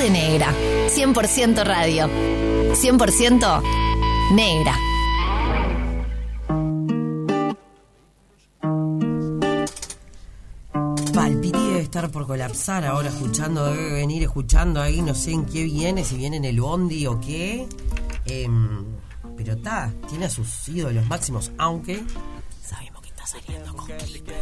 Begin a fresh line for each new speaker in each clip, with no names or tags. de negra. 100% radio. 100% negra.
Palpiti debe estar por colapsar ahora escuchando, debe venir escuchando ahí, no sé en qué viene, si viene en el bondi o qué. Em, pero está, tiene a sus ídolos máximos, aunque sabemos que está saliendo con Clipper.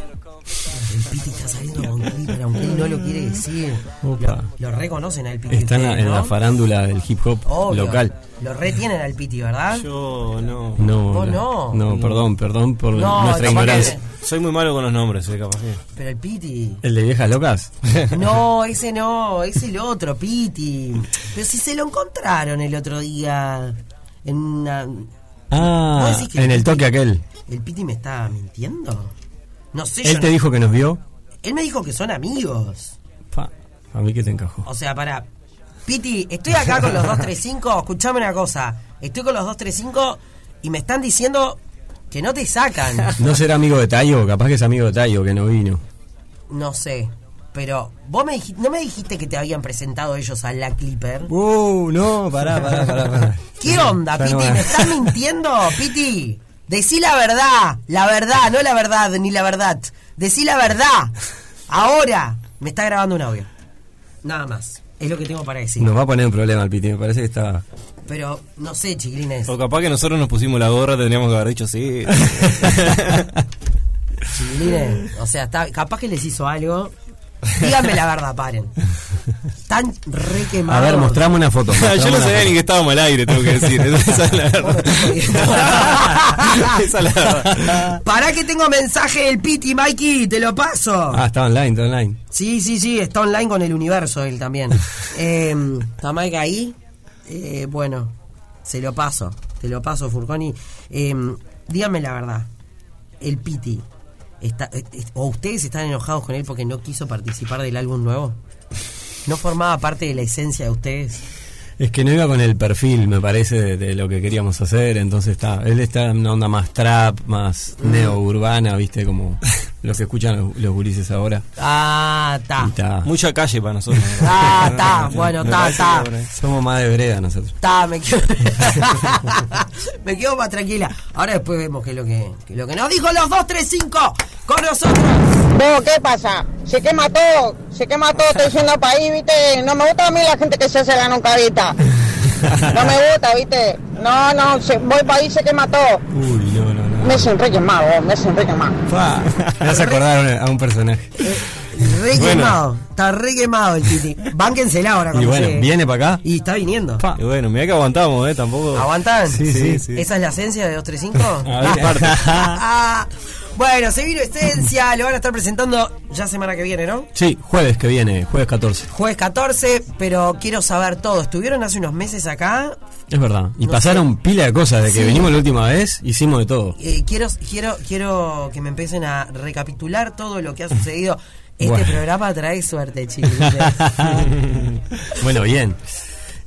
El Piti está saliendo con Clipper, aunque él no lo quiere decir.
Opa.
Lo reconocen al Piti.
Está en la,
ustedes,
en la
¿no?
farándula del hip hop
Obvio.
local.
Lo retienen al Piti, ¿verdad?
Yo no.
No,
Vos
no,
no.
no, perdón, perdón por
No,
nuestra
capaz que-
ignorancia.
Soy muy malo con los nombres, eh, capaz que.
Pero el Piti.
¿El de viejas locas?
No, ese no, es el otro, Piti. Pero si se lo encontraron el otro día en una...
ah,
¿Vos decís que
en el
Piti-
toque aquel.
¿El Piti me está mintiendo? No sé, yo
Él te
no-
dijo que nos vio.
él me dijo que son amigos.
Pa, a mí que te encajó.
O sea, para... Piti, estoy acá con los 235, escuchame una cosa. Estoy con los 235 y me están diciendo que no te sacan.
¿No será amigo de Tayo? Capaz que es amigo de Tayo que no vino.
No sé, pero vos me dijiste, no me dijiste que te habían presentado ellos a la Clipper.
Uh, no, pará, pará, pará. pará.
¿Qué onda,
Ya no
Piti?
va.
¿Me estás mintiendo, Piti? Decí la verdad, la verdad, no la verdad ni la verdad. Decí la verdad. Ahora me está grabando un audio. Nada más. Es lo que tengo para decir.
Nos va a poner en problema el Piti, me parece que está...
Pero no sé, chiquilines.
O capaz que nosotros nos pusimos la gorra, tendríamos que haber dicho sí. Ah,
Chiquilines, o sea, está- capaz que les hizo algo. Díganme la verdad, paren. Están re
A
quemados.
ver, mostrame una foto.
Yo no sabía ni que estábamos al aire, tengo que decir. Esa es la verdad. Esa es la verdad.
Pará que tengo mensaje del Piti, Mikey, te lo paso.
Ah, está online, está online.
Sí, sí, sí, está online con el universo él también. eh, está Mike ahí. Eh, bueno, se lo paso, te lo paso, Furconi. Eh, dígame la verdad, el Piti, está, eh, eh, ¿o ustedes están enojados con él porque no quiso participar del álbum nuevo? ¿No formaba parte de la esencia de ustedes?
Es que no iba con el perfil, me parece, de, de lo que queríamos hacer. Entonces está, él está en una onda más trap, más neo-urbana, viste, como los que escuchan los, los gurises ahora.
Ah,
Y
está.
está-
Mucha calle para nosotros.
Ah, está, bueno,
Me
está,
parece
está.
que ahora-
Ah, Somos más de vereda nosotros.
Está, me quedo, me quedo más tranquila. Ahora después vemos qué es lo que, qué es lo que nos dijo los 235 con nosotros.
Vos, ¿qué pasa? Se quema todo, se quema todo, estoy diciendo país, viste. No me gusta a mí la gente que se hace la noncadita. No me gusta, viste. No, no, se, voy país, se quema todo.
Uy, no, no, no.
Me hacen re quemado, vos, me hacen re quemado.
Fa, me hace acordar a un- a un personaje.
Re
Bueno.
quemado, está re quemado el Titi. Bánquensela ahora
Y
cuando
bueno,
llegue.
viene para acá.
Y está viniendo.
Fa.
Y bueno, mirá que aguantamos, ¿eh? Tampoco.
¿Aguantan?
Sí, sí, sí.
¿Esa es la esencia de 235?
A ver.
bueno, se vino esencia, lo van a estar presentando ya semana que viene, ¿no?
Sí, jueves que viene, jueves 14.
Jueves 14, pero quiero saber todo. ¿Estuvieron hace unos meses acá?
Es verdad. Y
No
pasaron pila de cosas. De que
Sí.
vinimos la última vez, hicimos de todo.
Eh, quiero, quiero, quiero que me empiecen a recapitular todo lo que ha sucedido. Este
Bueno.
programa trae suerte, ¿eh? chiquilines.
bueno, bien.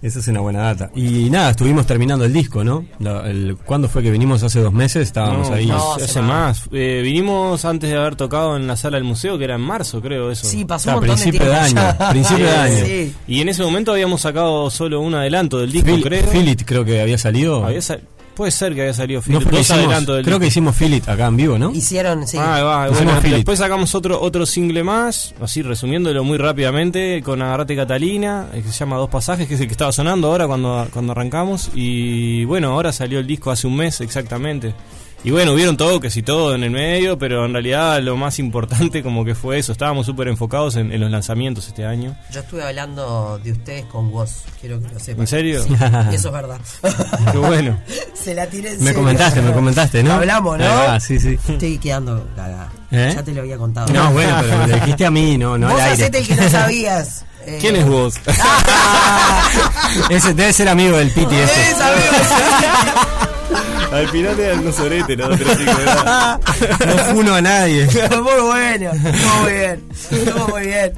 Esa es una buena data. Y nada, estuvimos terminando el disco, ¿no? La- el- ¿Cuándo fue que vinimos? Hace dos meses estábamos
No,
ahí.
no.
hace
hace
más. Eh, vinimos antes de haber tocado en la sala del museo, que era en marzo, creo, eso.
Sí, pasó
Está,
un montón de
principio
tiempo.
de año,
ya.
principio de año.
Sí.
Y en ese momento habíamos sacado solo un adelanto del disco,
Fil-
creo.
Filit creo que había salido.
Había sa- puede ser que había salido
No,
Philip.
porque
dos
hicimos-
adelantos del
creo que
disco.
hicimos Filit acá en vivo, ¿no?
Hicieron, sí.
Ah, va,
Hicimos
bueno,
Philip.
después sacamos otro otro single más, así resumiéndolo muy rápidamente, con Agarrate Catalina, eh, que se llama Dos Pasajes, que es el que estaba sonando ahora cuando, cuando arrancamos. Y bueno, ahora salió el disco hace un mes exactamente. Y bueno, hubieron toques y todo en el medio, pero en realidad lo más importante como que fue eso, estábamos súper enfocados en, en los lanzamientos este año.
Yo estuve hablando de ustedes con vos, quiero que lo sepan.
¿En serio?
Sí, y eso es verdad.
Qué bueno.
Se la tiré en
Me
serio.
comentaste, me comentaste, ¿no?
Hablamos, ¿no?
Ah, sí, sí.
Estoy quedando cagada.
¿Eh?
Ya te lo había contado.
No, bueno, pero me lo dijiste a mí, no, no
vos
al
hacete
aire.
el que no sabías. Eh,
¿Quién es vos?
Ese debe ser amigo del Piti
¿Quién
ese.
es, amigo?
Al final te dan sorete, ¿no? Pero sí, ¿verdad?
No funo a nadie.
Muy bueno, estuvo muy bien, estuvo muy bien.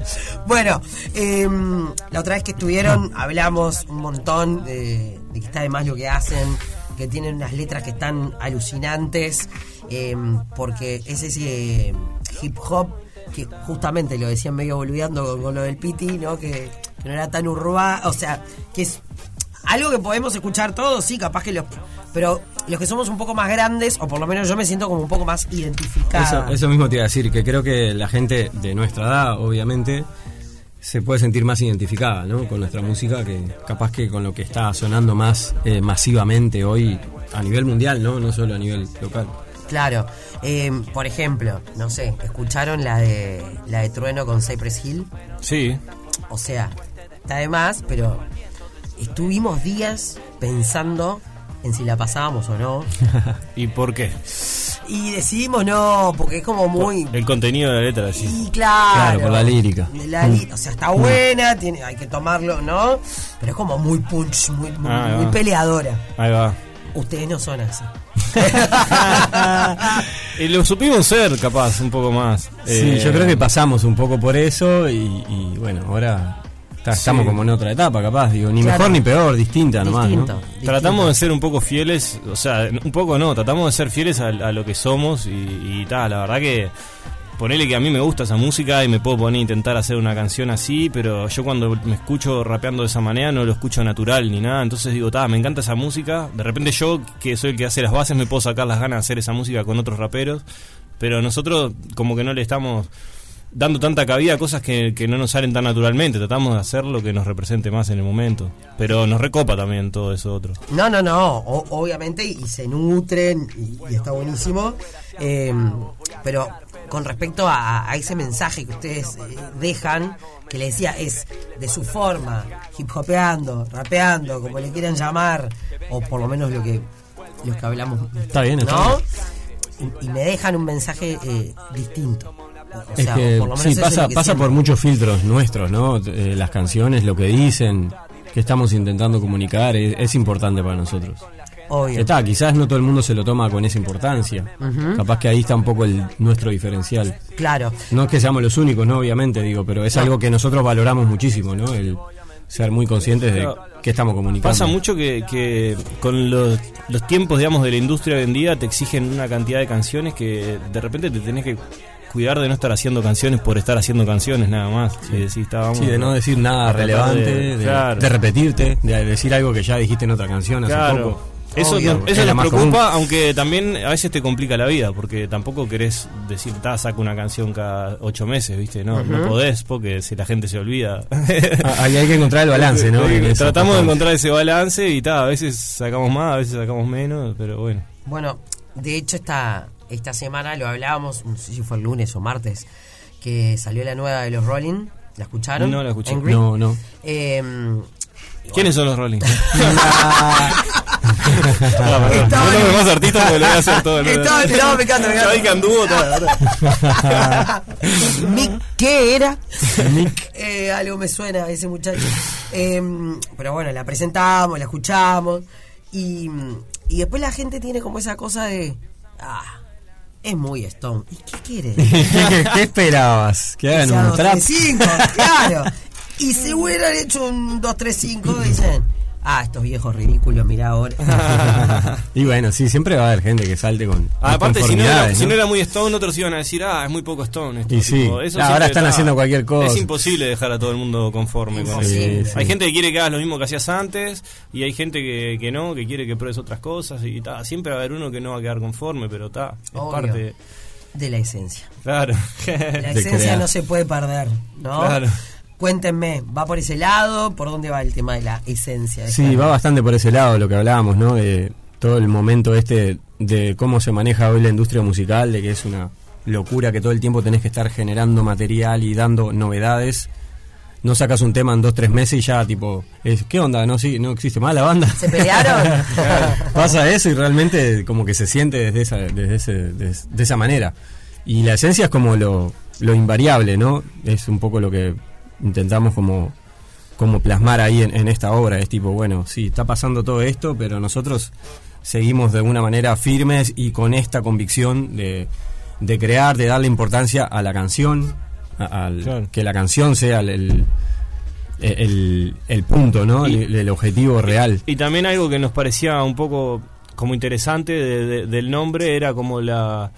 Bueno, em, la otra vez que estuvieron hablamos un montón de, de que está de más lo que hacen, que tienen unas letras que están alucinantes, em, porque es ese hip hop que justamente lo decían medio boludeando con, con lo del piti, ¿no? Que que no era tan urbano, o sea, que es algo que podemos escuchar todos, sí, capaz que los... Pero los que somos un poco más grandes, o por lo menos yo me siento como un poco más identificada.
Eso, eso mismo te iba a decir, que creo que la gente de nuestra edad, obviamente, se puede sentir más identificada ¿no? con nuestra música que capaz que con lo que está sonando más eh, masivamente hoy a nivel mundial, ¿no? no solo a nivel local.
Claro. Eh, por ejemplo, no sé, ¿escucharon la de, la de Trueno con Cypress Hill?
Sí.
O sea, está de más, pero estuvimos días pensando en si la pasábamos o no.
¿Y por qué?
Y decidimos no, porque es como muy...
El contenido de la letra, sí.
Y claro.
Claro, por la lírica. Mm.
La li- o sea, está buena, tiene, hay que tomarlo, ¿no? Pero es como muy punch, muy, muy,
Ah,
muy
va.
peleadora.
Ahí va.
Ustedes no son así.
y lo supimos ser, capaz, un poco más.
Sí,
Eh,
yo creo que pasamos un poco por eso y, y, bueno, ahora está- estamos como en otra etapa, capaz, digo, ni
Claro.
mejor ni peor, distinta nomás. ¿no?
Distinto.
Tratamos de ser un poco fieles, o sea, n- un poco no, tratamos de ser fieles a, a lo que somos y, y tal, la verdad que ponele que a mí me gusta esa música y me puedo poner a intentar hacer una canción así, pero yo cuando me escucho rapeando de esa manera no lo escucho natural ni nada, entonces digo, ta, me encanta esa música, de repente yo que soy el que hace las bases me puedo sacar las ganas de hacer esa música con otros raperos, pero nosotros como que no le estamos dando tanta cabida a cosas que, que no nos salen tan naturalmente. Tratamos de hacer lo que nos represente más en el momento. Pero nos recopa también todo eso otro.
No, no, no, o- obviamente, y se nutren, y, y está buenísimo. Eh, pero con respecto a, a ese mensaje que ustedes eh, dejan, que les decía, es de su forma, hip hopeando, rapeando, como le quieran llamar, o por lo menos lo que, los que hablamos.
Está bien, está
¿no?
bien.
Y, y me dejan un mensaje eh, distinto. O
Es
sea,
que
por lo menos
sí,
eso es
pasa,
lo que
pasa
siento.
por muchos filtros nuestros, ¿no? Eh, las canciones, lo que dicen, que estamos intentando comunicar, es, es importante para nosotros.
Obvio.
Está, quizás no todo el mundo se lo toma con esa importancia. Capaz que ahí está un poco el nuestro diferencial.
Claro.
No es que seamos los únicos, ¿no? Obviamente, digo, pero es algo que nosotros valoramos muchísimo, ¿no? El ser muy conscientes de qué estamos comunicando.
Pasa mucho que, que con los, los tiempos, digamos, de la industria hoy en día te exigen una cantidad de canciones que de repente te tenés que cuidar de no estar haciendo canciones por estar haciendo canciones nada más. Y decís, "Ta, vamos
Sí, de no
a-
decir nada
a tratar
relevante,
de-
de,
claro.
de repetirte, de decir algo que ya dijiste en otra canción hace
Claro.
poco.
Eso,
Obvio,
nos-
es
eso
la
nos
más
preocupa,
común.
aunque también a veces te complica la vida, porque tampoco querés decir, ta, saco una canción cada ocho meses, ¿viste? No, no podés, porque si la gente se olvida.
Ah, Ahí hay que encontrar el balance, ¿no?
Sí,
En eso,
Tratamos de
por favor.
encontrar ese balance y ta, a veces sacamos más, a veces sacamos menos, pero bueno.
Bueno, de hecho esta, esta semana lo hablábamos, no sé si fue el lunes o martes, que salió la nueva de los Rolling. ¿La escucharon?
No la escuché.
Angry.
No, no.
Em,
¿Quiénes son los Rolling? Ah, perdón.
Estaba-
No nombre más artistas porque lo voy a hacer todo el
Estaba- no, me encanta, me encanta.
Ya vi que anduvo todo.
Nick, ¿qué era? Nick. algo me suena a ese muchacho. Em, pero bueno, la presentamos, la escuchamos. Y, y después la gente tiene como esa cosa de. Ah, es muy Stone. ¿Y qué quiere?
¿Qué, qué esperabas? ¿Que hagan
Sea
un trap?
235, claro. Y si hubieran hecho un 235, dicen, ah, estos viejos ridículos, mirá ahora.
y bueno, sí, siempre va a haber gente que salte con
Ah, Aparte, si no, era,
disconformidades,
si no
¿no?
era muy Stone, otros iban a decir, ah, es muy poco Stone. esto".
Y sí.
Tipo,
Ah,
siempre
ahora están
está-
haciendo cualquier cosa.
Es imposible dejar a todo el mundo conforme con eso.
Imposible.
Sí, sí.
Hay gente que quiere que hagas lo mismo que hacías antes, y hay gente que, que no, que quiere que pruebes otras cosas, y ta, Siempre va a haber uno que no va a quedar conforme, pero está, es
Obvio.
parte.
De la esencia.
Claro.
La
De
esencia
crear.
no se puede perder, ¿no?
Claro.
Cuéntenme, ¿va por ese lado? ¿Por dónde va el tema de la esencia? de
Sí,
esta-
va bastante por ese lado lo que hablábamos, ¿no? De todo el momento este de cómo se maneja hoy la industria musical, de que es una locura que todo el tiempo tenés que estar generando material y dando novedades. No sacas un tema en dos, tres meses y ya, tipo, es, ¿qué onda? No, sí, no existe más la banda.
¿Se pelearon?
Pasa eso y realmente como que se siente desde esa, desde ese, des- de esa manera. Y la esencia es como lo, lo invariable, ¿no? Es un poco lo que intentamos como, como plasmar ahí en, en esta obra. Es tipo, bueno, sí, está pasando todo esto, pero nosotros seguimos de alguna manera firmes y con esta convicción de, de crear, de darle importancia a la canción, a- al,
Claro.
que la canción sea el... el el- el punto, ¿no?
Y-
el, el objetivo real.
Y también algo que nos parecía un poco como interesante de- de- del nombre era como la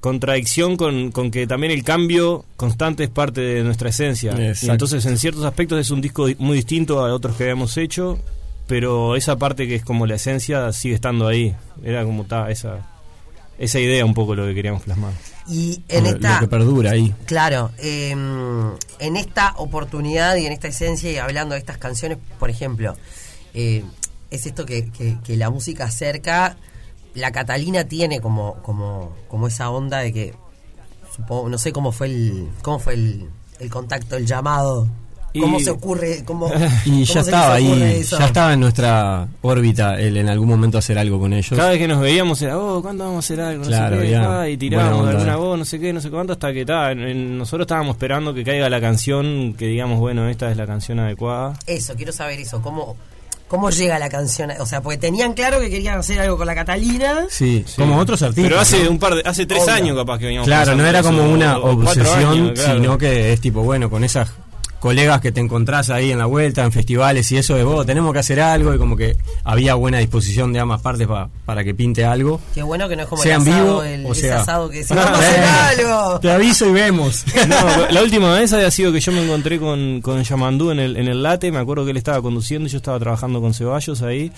contradicción con, con que también el cambio constante es parte de nuestra esencia.
Exacto.
Y entonces en ciertos aspectos es un disco di- muy distinto a otros que habíamos hecho, pero esa parte que es como la esencia sigue estando ahí. Era como ta, esa, esa idea un poco lo que queríamos plasmar.
Y en
Lo-
esta.
lo que perdura ahí.
Claro, eh, en esta oportunidad y en esta esencia y hablando de estas canciones, por ejemplo, eh, es esto que, que- que la música acerca, la Catalina tiene como, como, como esa onda de que, supongo, no sé cómo fue el, cómo fue el, el contacto, el llamado, cómo
Y-
se ocurre, cómo...
Y
cómo
ya
se les
estaba ahí,
ocurre eso.
ya estaba en nuestra órbita el en algún momento hacer algo con ellos.
Cada vez que nos veíamos era, oh, ¿cuándo vamos a hacer algo? No
Claro,
sé qué,
ya.
ah, y tirábamos
Buena onda.
alguna voz, no sé qué, no sé cuánto, hasta que ta, en- en- nosotros estábamos esperando que caiga la canción, que digamos, bueno, esta es la canción adecuada.
Eso, quiero saber eso, cómo, cómo llega la canción, o sea, porque tenían claro que querían hacer algo con la Catalina.
Sí, como otros artistas.
Pero hace
¿no?
un par de, hace tres
Obvio.
años capaz que veníamos
Claro, no
pensando
era
eso,
como una
o- o cuatro
obsesión,
años, claro.
sino que es tipo, bueno, con esas colegas que te encontrás ahí en la vuelta, en festivales y eso de vos, tenemos que hacer algo y como que había buena disposición de ambas partes pa- para que pinte algo.
Qué bueno que no es como
sea en
el asado,
vivo
el,
o
ese
sea
asado que se
Ah,
vamos a hacer
eh,
algo.
Te aviso y vemos.
No, la última vez había sido que yo me encontré con, con Yamandú en el, en el late, me acuerdo que él estaba conduciendo y yo estaba trabajando con Ceballos ahí.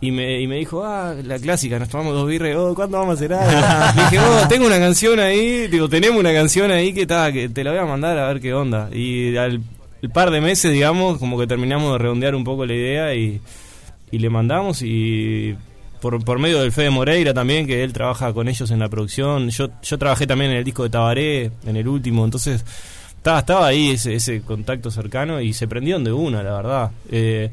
Y me, y me dijo, ah, la clásica, nos tomamos dos birres, oh, ¿cuándo vamos a hacer algo? Le dije, oh, tengo una canción ahí, digo, tenemos una canción ahí que está, que te la voy a mandar a ver qué onda. Y al al par de meses, digamos, como que terminamos de redondear un poco la idea y, y le mandamos y por, por medio del Fede Moreira también, que él trabaja con ellos en la producción. Yo, yo trabajé también en el disco de Tabaré, en el último, entonces estaba, estaba ahí ese, ese contacto cercano y se prendieron de una, la verdad. Eh,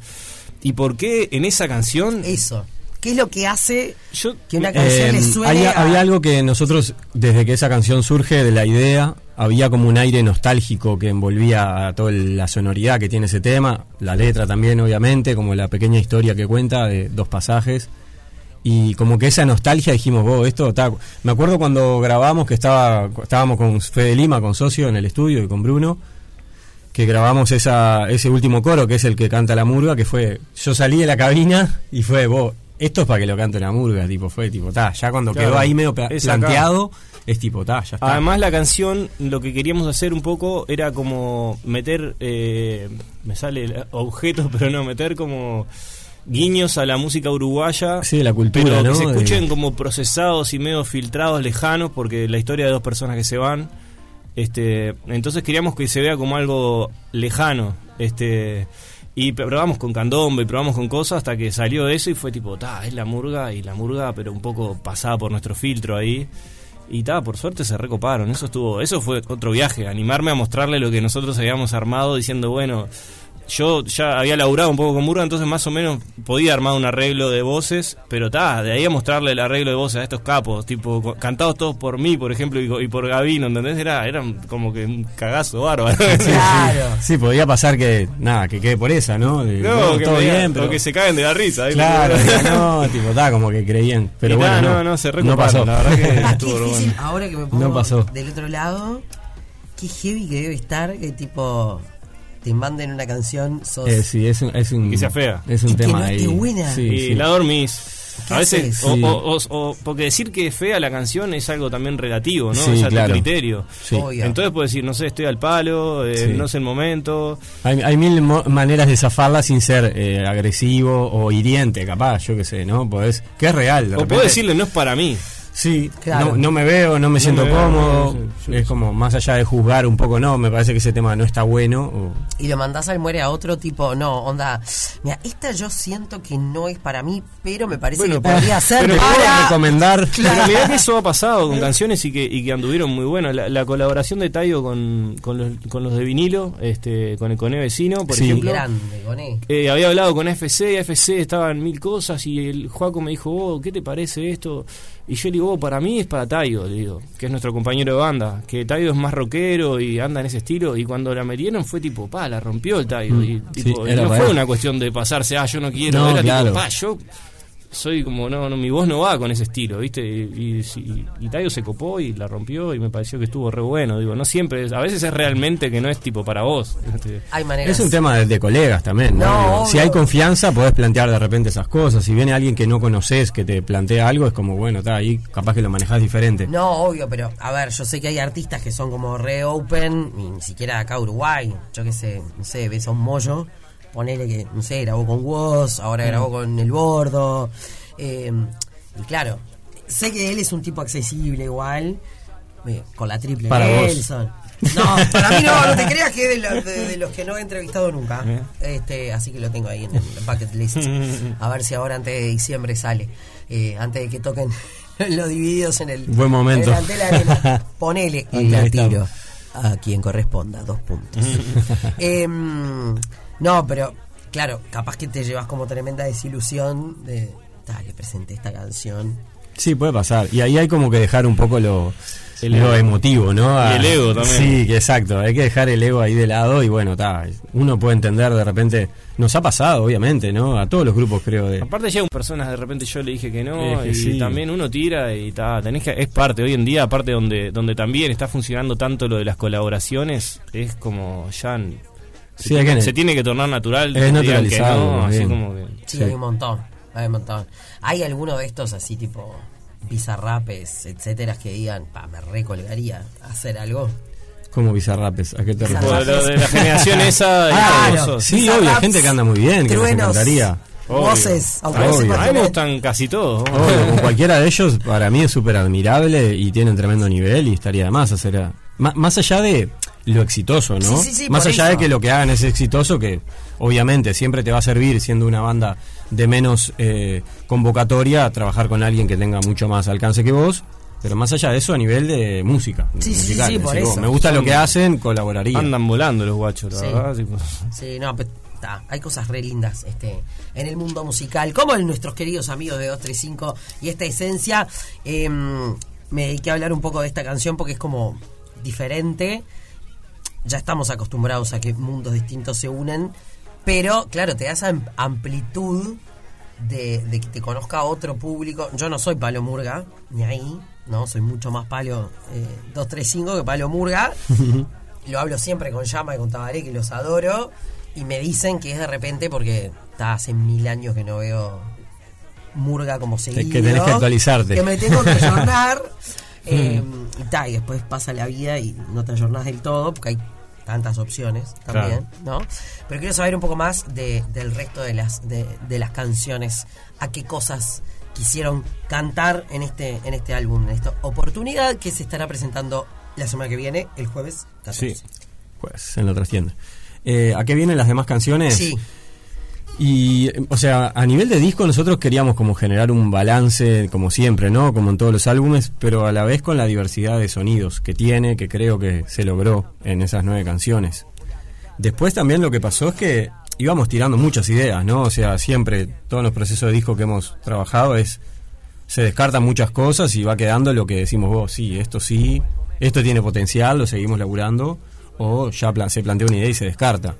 ¿Y por qué en esa canción?
Eso. ¿Qué es lo que hace
Yo,
que una canción
Eh,
le suene?
había,
a-
había algo que nosotros, desde que esa canción surge de la idea, había como un aire nostálgico que envolvía a toda la sonoridad que tiene ese tema, la letra también, obviamente, como la pequeña historia que cuenta de dos pasajes. Y como que esa nostalgia dijimos, vos, esto está... Me acuerdo cuando grabamos que estaba, estábamos con Fede Lima, con Socio, en el estudio y con Bruno, que grabamos esa, ese último coro, que es el que canta la murga, que fue, yo salí de la cabina y fue, vos, esto es para que lo cante la murga, tipo, fue, tipo, ta, ya cuando
Claro,
quedó ahí medio pla-
es acá.
planteado, es tipo, ta, ya está.
Además la canción, lo que queríamos hacer un poco era como meter, eh, me sale el objeto, pero no, meter como guiños a la música uruguaya.
Sí, la cultura,
Pero
¿no?
que se
De-
escuchen como procesados y medio filtrados, lejanos, porque la historia de dos personas que se van. Este, entonces queríamos que se vea como algo lejano. Este, y probamos con candombe, probamos con cosas hasta que salió eso y fue tipo, ta, es la murga y la murga, pero un poco pasada por nuestro filtro ahí. Y ta, por suerte se recoparon. Eso estuvo, eso fue otro viaje, animarme a mostrarle lo que nosotros habíamos armado diciendo, bueno, yo ya había laburado un poco con Murga, entonces más o menos podía armar un arreglo de voces, pero ta, de ahí a mostrarle el arreglo de voces a estos capos, tipo co- cantados todos por mí, por ejemplo, y, co- y por Gabino, ¿entendés? Era, era como que un cagazo bárbaro.
Claro.
Sí, podía pasar que, nada, que quede por esa, ¿no? De,
no,
no,
que
todo
me-
bien,
o
pero...
que se caen de la risa. ¿viste?
Claro, no, tipo, ta, como que creían. Pero
Y
bueno,
ta,
no,
no, no, se
no pasó.
recoparon, la verdad que
Ah, qué
estuvo
difícil.
bueno.
Ahora que me pongo
No pasó.
del otro lado, qué heavy que debe estar que tipo te manden una canción sos
Eh, sí, es un, es un,
Que sea fea.
Es un
Y que
tema
no esté
ahí.
buena.
Sí,
Y
sí.
la dormís.
¿Qué
A veces,
haces?
o,
Sí.
o- o- o- porque decir que es fea la canción es algo también relativo, ¿no?
Sí,
es a tu
claro.
criterio.
Sí.
Obvio.
Entonces puedes decir, no sé, estoy al palo, eh,
Sí.
no es el momento.
Hay, hay mil mo- maneras de zafarla sin ser eh, agresivo o hiriente, capaz, yo qué sé, ¿no? Podés, que es real. de
O
repente-
puedo decirle, no es para mí.
Sí,
Claro.
no, no me veo, no me siento
me veo,
cómodo.
no, sí, sí,
es como, más allá de juzgar un poco, no, me parece que ese tema no está bueno. o-
y lo mandás al muere a otro tipo, no, onda, mira, esta yo siento que no es para mí, pero me parece que podría ser
pero puedo
para
recomendar.
En realidad que eso ha pasado con canciones y que, y que anduvieron muy buenas. La, la colaboración de Tayo con, con, los, con los de vinilo, este, con el Cone Vecino, por
Sí.
ejemplo.
grande, E. Goné.
Eh, había hablado con FC, FC estaban mil cosas y el Juaco me dijo, oh, ¿qué te parece esto? Y yo le digo, oh, para mí es para Taigo, le digo, que es nuestro compañero de banda, que Taigo es más rockero y anda en ese estilo. Y cuando la metieron fue tipo, pa, la rompió el Taigo. y
Mm,
tipo,
sí,
y
era
no
para
fue
él.
una cuestión de pasarse, ah, yo no quiero,
No,
era
claro.
tipo, pa, yo soy como, no, no, mi voz no va con ese estilo, ¿viste? Y, y, si- y Tayo se copó y la rompió y me pareció que estuvo re bueno. Digo, no siempre, es- a veces es realmente que no es tipo para vos. Este,
Hay maneras.
Es un tema de, de colegas también, ¿no?
No,
Digo,
obvio.
si hay confianza, podés plantear de repente esas cosas. Si viene alguien que no conoces, que te plantea algo, es como, bueno, está ahí, capaz que lo manejás diferente.
No, obvio, pero a ver, yo sé que hay artistas que son como re open, y ni siquiera acá Uruguay, yo qué sé, no sé, ves a un mollo, ponele que, no sé, grabó con Woz,
Mm.
ahora grabó con El Bordo, eh, y claro, sé que él es un tipo accesible igual, eh, con la triple
Para vos.
Nelson. No, para mí no, no te creas que es de, los- de- de los que no he entrevistado nunca.
Bien.
Este, así que lo tengo ahí en el bucket list. A ver si ahora antes de diciembre sale. Eh, antes de que toquen los divididos en el
Buen momento.
en el ante la arena. Ponele y
Ahí
la
estamos. Mm.
tiro a quien corresponda, dos puntos. Em, no, pero claro, capaz que te llevas como tremenda desilusión de, "Ta, le presenté esta canción.
Sí, puede pasar. Y ahí hay como que dejar un poco lo,
El
lo
ego.
emotivo, ¿no? Ah,
Y el ego también.
Sí, que exacto. Hay que dejar el ego ahí de lado y bueno, está. Uno puede entender de repente. Nos ha pasado, obviamente, ¿no? A todos los grupos, creo. De,
Aparte llegan personas, de repente yo le dije que no,
Es que
y
sí.
también uno tira y ta, tenés que, es parte, hoy en día, aparte donde, donde también está funcionando tanto lo de las colaboraciones, es como ya n- se,
Sí,
tiene,
hay que-
se tiene que tornar natural,
Es
que te digan
naturalizado,
que no,
más
así
bien.
como que-
Sí,
Sí.
hay un montón, hay un montón. ¿Hay alguno de estos así tipo bizarrapes, etcétera, que digan, pa, me recolgaría a hacer algo?
como bizarrapes. ¿A qué te
Lo,
refieres?
lo de la generación esa de
Ah,
todos
no.
esos.
Sí, obvio,
Bizarraps,
gente que anda muy bien, que nos
truenos,
encantaría.
Obvio.
Voces, aunque no
Obvio.
sepas
A mí
quién
me
es.
gustan casi todos.
Oh, con cualquiera de ellos, para mí es súper admirable y tiene un tremendo nivel y estaría de más hacer. a- ma- más allá de lo exitoso,
Sí,
¿no?
sí, sí,
más
por
allá
eso.
de que lo que hagan es exitoso, que obviamente siempre te va a servir, siendo una banda de menos eh, convocatoria, trabajar con alguien que tenga mucho más alcance que vos. Pero más allá de eso, a nivel de música.
Sí, sí, sí,
musical,
sí,
es
por
decir,
eso.
Me gusta lo
Son-
que hacen, colaboraría.
Andan volando los guachos, la
Sí.
verdad. tipo.
Sí, no, pero ta, hay cosas re lindas este, en el mundo musical, como en nuestros queridos amigos de 235 y esta esencia. eh, me dediqué a hablar un poco de esta canción porque es como diferente. Ya estamos acostumbrados a que mundos distintos se unen, pero claro, te da esa am- amplitud de, de que te conozca otro público. Yo no soy Palo Murga, ni ahí, no, soy mucho más Palo eh, 235 que Palo Murga. lo hablo siempre con Llama y con Tabaré, que los adoro, y me dicen que es de repente porque está hace mil años que no veo Murga como seguido.
que tenés que actualizarte.
Que me tengo que ayornar. eh, y, ta, y después pasa la vida y no te ayornás del todo, porque hay tantas opciones también, ¿no? Pero quiero saber un poco más de- del resto de las, de, de las canciones, a qué cosas quisieron cantar en este, en este álbum, en esta oportunidad que se estará presentando la semana que viene, el jueves 14.
Sí.
Pues, en la trastienda. Eh, ¿A qué vienen las demás canciones?
Sí,
Y, eh, o sea, a nivel de disco nosotros queríamos como generar un balance, como siempre, ¿no? Como en todos los álbumes, pero a la vez con la diversidad de sonidos que tiene, que creo que se logró en esas nueve canciones. Después también lo que pasó es que íbamos tirando muchas ideas, ¿no? O sea, siempre todos los procesos de disco que hemos trabajado es se descartan muchas cosas y va quedando lo que decimos vos, sí, esto sí, esto tiene potencial, lo seguimos laburando, o ya plan- se plantea una idea y se descarta.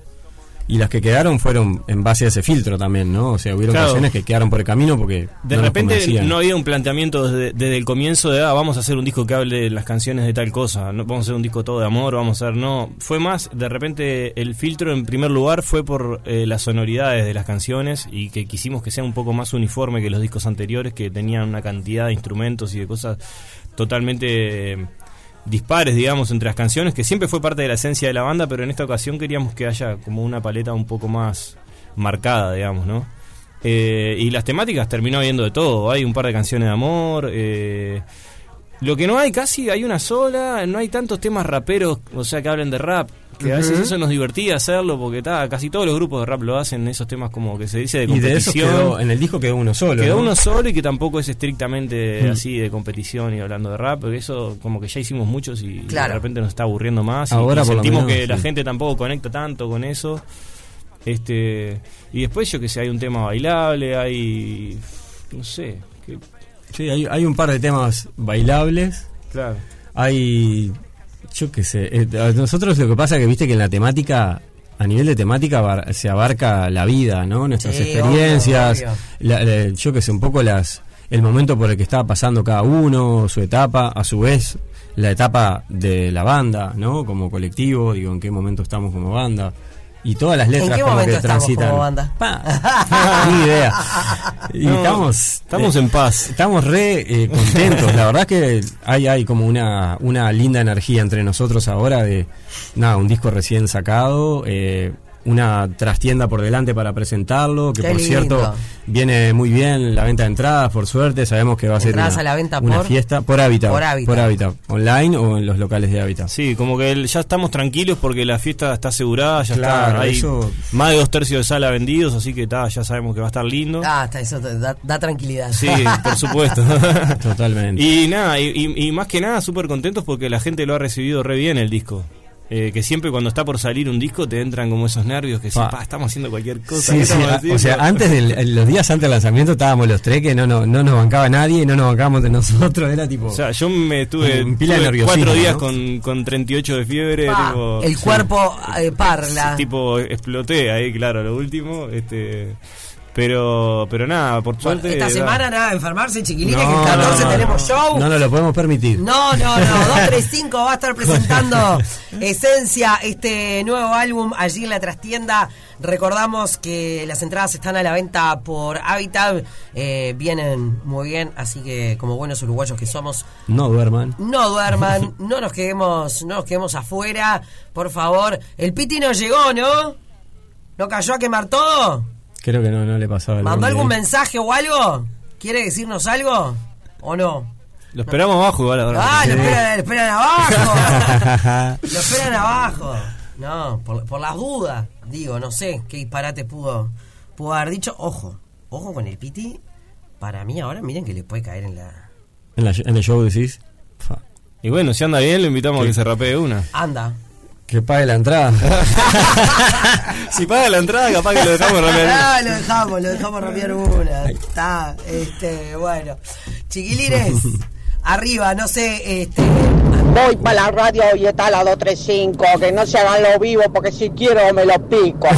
Y las que quedaron fueron en base a ese filtro también, ¿no? O sea, hubieron
Claro.
canciones que quedaron por el camino porque no
De
nos
repente
convencían.
no había un planteamiento desde, desde el comienzo de, ah, vamos a hacer un disco que hable de las canciones de tal cosa, no, vamos a hacer un disco todo de amor, vamos a hacer, no. Fue más, de repente el filtro en primer lugar fue por eh, las sonoridades de las canciones y que quisimos que sea un poco más uniforme que los discos anteriores que tenían una cantidad de instrumentos y de cosas totalmente... eh, dispares, digamos, entre las canciones, que siempre fue parte de la esencia de la banda, pero en esta ocasión queríamos que haya como una paleta un poco más marcada, digamos, ¿no? Eh, y las temáticas terminó habiendo de todo. Hay un par de canciones de amor. eh, lo que no hay casi, hay una sola. No hay tantos temas raperos, o sea, que hablen de rap. Que a veces eso nos divertía hacerlo porque ta, casi todos los grupos de rap lo hacen, esos temas como que se dice de
y de eso
competición.
quedó, en el disco quedó uno solo.
Quedó
¿no?
uno solo y que tampoco es estrictamente
Mm.
así de competición y hablando de rap, porque eso como que ya hicimos muchos y
Claro.
de repente nos está aburriendo más. y-
Ahora
y,
por lo
sentimos
menos,
que la
sí.
gente tampoco conecta tanto con eso. Este y después yo que sé, hay un tema bailable, hay no sé, que-
Sí, hay, hay un par de temas bailables.
claro.
Hay. Yo qué sé. eh, a nosotros lo que pasa es que viste que en la temática a nivel de temática abar- se abarca la vida, ¿no? Nuestras
Sí,
experiencias,
obvio, obvio.
la- la- yo que sé, un poco las el momento por el que estaba pasando cada uno, su etapa, a su vez la etapa de la banda, ¿no? Como colectivo, digo, en qué momento estamos como banda. Y todas las letras
¿En qué
como
momento
que
estamos
transitan.
como banda?
Pa, ni idea. Y
No,
estamos eh,
estamos en paz.
Estamos re eh, contentos. La verdad es que hay, hay como una, una linda energía entre nosotros ahora de nada, un disco recién sacado, eh, una trastienda por delante para presentarlo, que
Qué
por
lindo.
cierto viene muy bien la venta de entradas, por suerte, sabemos que va a ser
Entradas
una,
a la venta
una
por-
fiesta por hábitat,
por Hábitat.
online o en los locales de hábitat.
Sí, como que el- ya estamos tranquilos porque la fiesta está asegurada, ya
Claro,
está. Hay
eso-
más de dos tercios de sala vendidos, así que ta, ya sabemos que va a estar lindo.
Ah, está, eso te da, da tranquilidad.
Sí, por supuesto.
Totalmente.
Y nada, y, y- y más que nada súper contentos porque la gente lo ha recibido re bien el disco. Eh, que siempre cuando está por salir un disco te entran como esos nervios que decís,
Pa.
"Pa, estamos haciendo cualquier cosa.
Sí,
¿qué
sí,
estamos
a- o
haciendo?".
sea, antes del, en los días antes del lanzamiento estábamos los tres que no, no, no nos bancaba nadie, no nos bancábamos de nosotros, era tipo...
O sea, yo me tuve,
Un pila de
tuve
nerviosismo,
cuatro días
¿no?
con, con 38 de fiebre.
Pa,
tipo,
el
sí.
cuerpo eh, parla.
Sí, tipo exploté ahí, claro, lo último, este pero pero nada, por
Bueno,
suerte
esta
da-
semana nada, enfermarse, chiquilines,
No,
que el 14
no, no,
tenemos show.
No, no lo podemos permitir.
No, no, no. 235 va a estar presentando Esencia, este nuevo álbum allí en la trastienda. Recordamos que las entradas están a la venta por Habitat. eh, vienen muy bien, así que como buenos uruguayos que somos,
No duerman.
no duerman, no nos quedemos, no nos quedemos afuera, por favor. El Piti no llegó, ¿no? ¿No cayó a quemar todo?
Creo que no, no le pasaba el
¿Mandó
nombre
algún
ahí.
mensaje o algo? ¿Quiere decirnos algo? ¿O no?
Lo esperamos abajo igual ahora.
Ah, lo esperan, lo esperan abajo. lo esperan abajo. No, por, por las dudas, digo, no sé qué disparate pudo, pudo haber dicho. Ojo, ojo con el Piti. Para mí ahora miren que le puede caer en la...
En, la- en el show decís. fa,
Y bueno, si anda bien, lo invitamos a que se rapee una.
Anda.
Que pague la entrada.
si paga la entrada, capaz que lo dejamos rapear.
Ah, lo dejamos, lo dejamos rapear una. Está, este, bueno. Chiquilines, arriba, no sé, este...
Voy para la radio y está la 235, que no se hagan lo vivo porque si quiero me lo pico.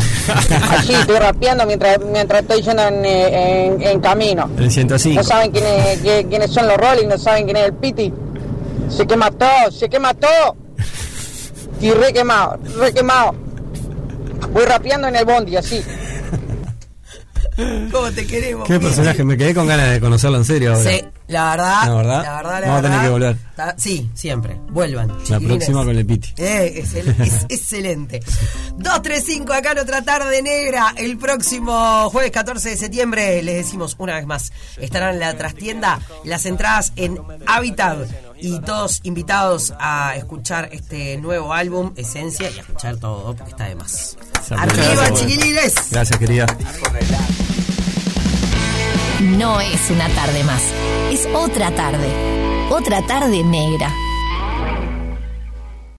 Así estoy rapeando mientras, mientras estoy yendo en, eh, en- en camino.
El 105.
No saben quién es- qué- quiénes son los Rolling, no saben quién es el Piti. Se quema todo, se quema todo. Y re quemado, re quemado. Voy rapeando en el bondi, así.
¿Cómo te queremos?
Qué
Piti?
personaje, me quedé con ganas de conocerlo en serio ahora.
Sí, la verdad.
La verdad,
La verdad, la
vamos a tener
verdad,
que volver.
ta- sí, siempre. Vuelvan.
La
chiquilines.
próxima con el Piti.
Eh, excel- es excelente. 235 acá en otra tarde negra. El próximo jueves 14 de septiembre, les decimos una vez más, estarán en la trastienda las entradas en Habitat. Y todos invitados a escuchar este nuevo álbum, Esencia, y a escuchar todo, porque está de más.
Salud.
Arriba,
Gracias,
chiquilines.
Gracias, querida.
No es una tarde más, es otra tarde. Otra tarde negra.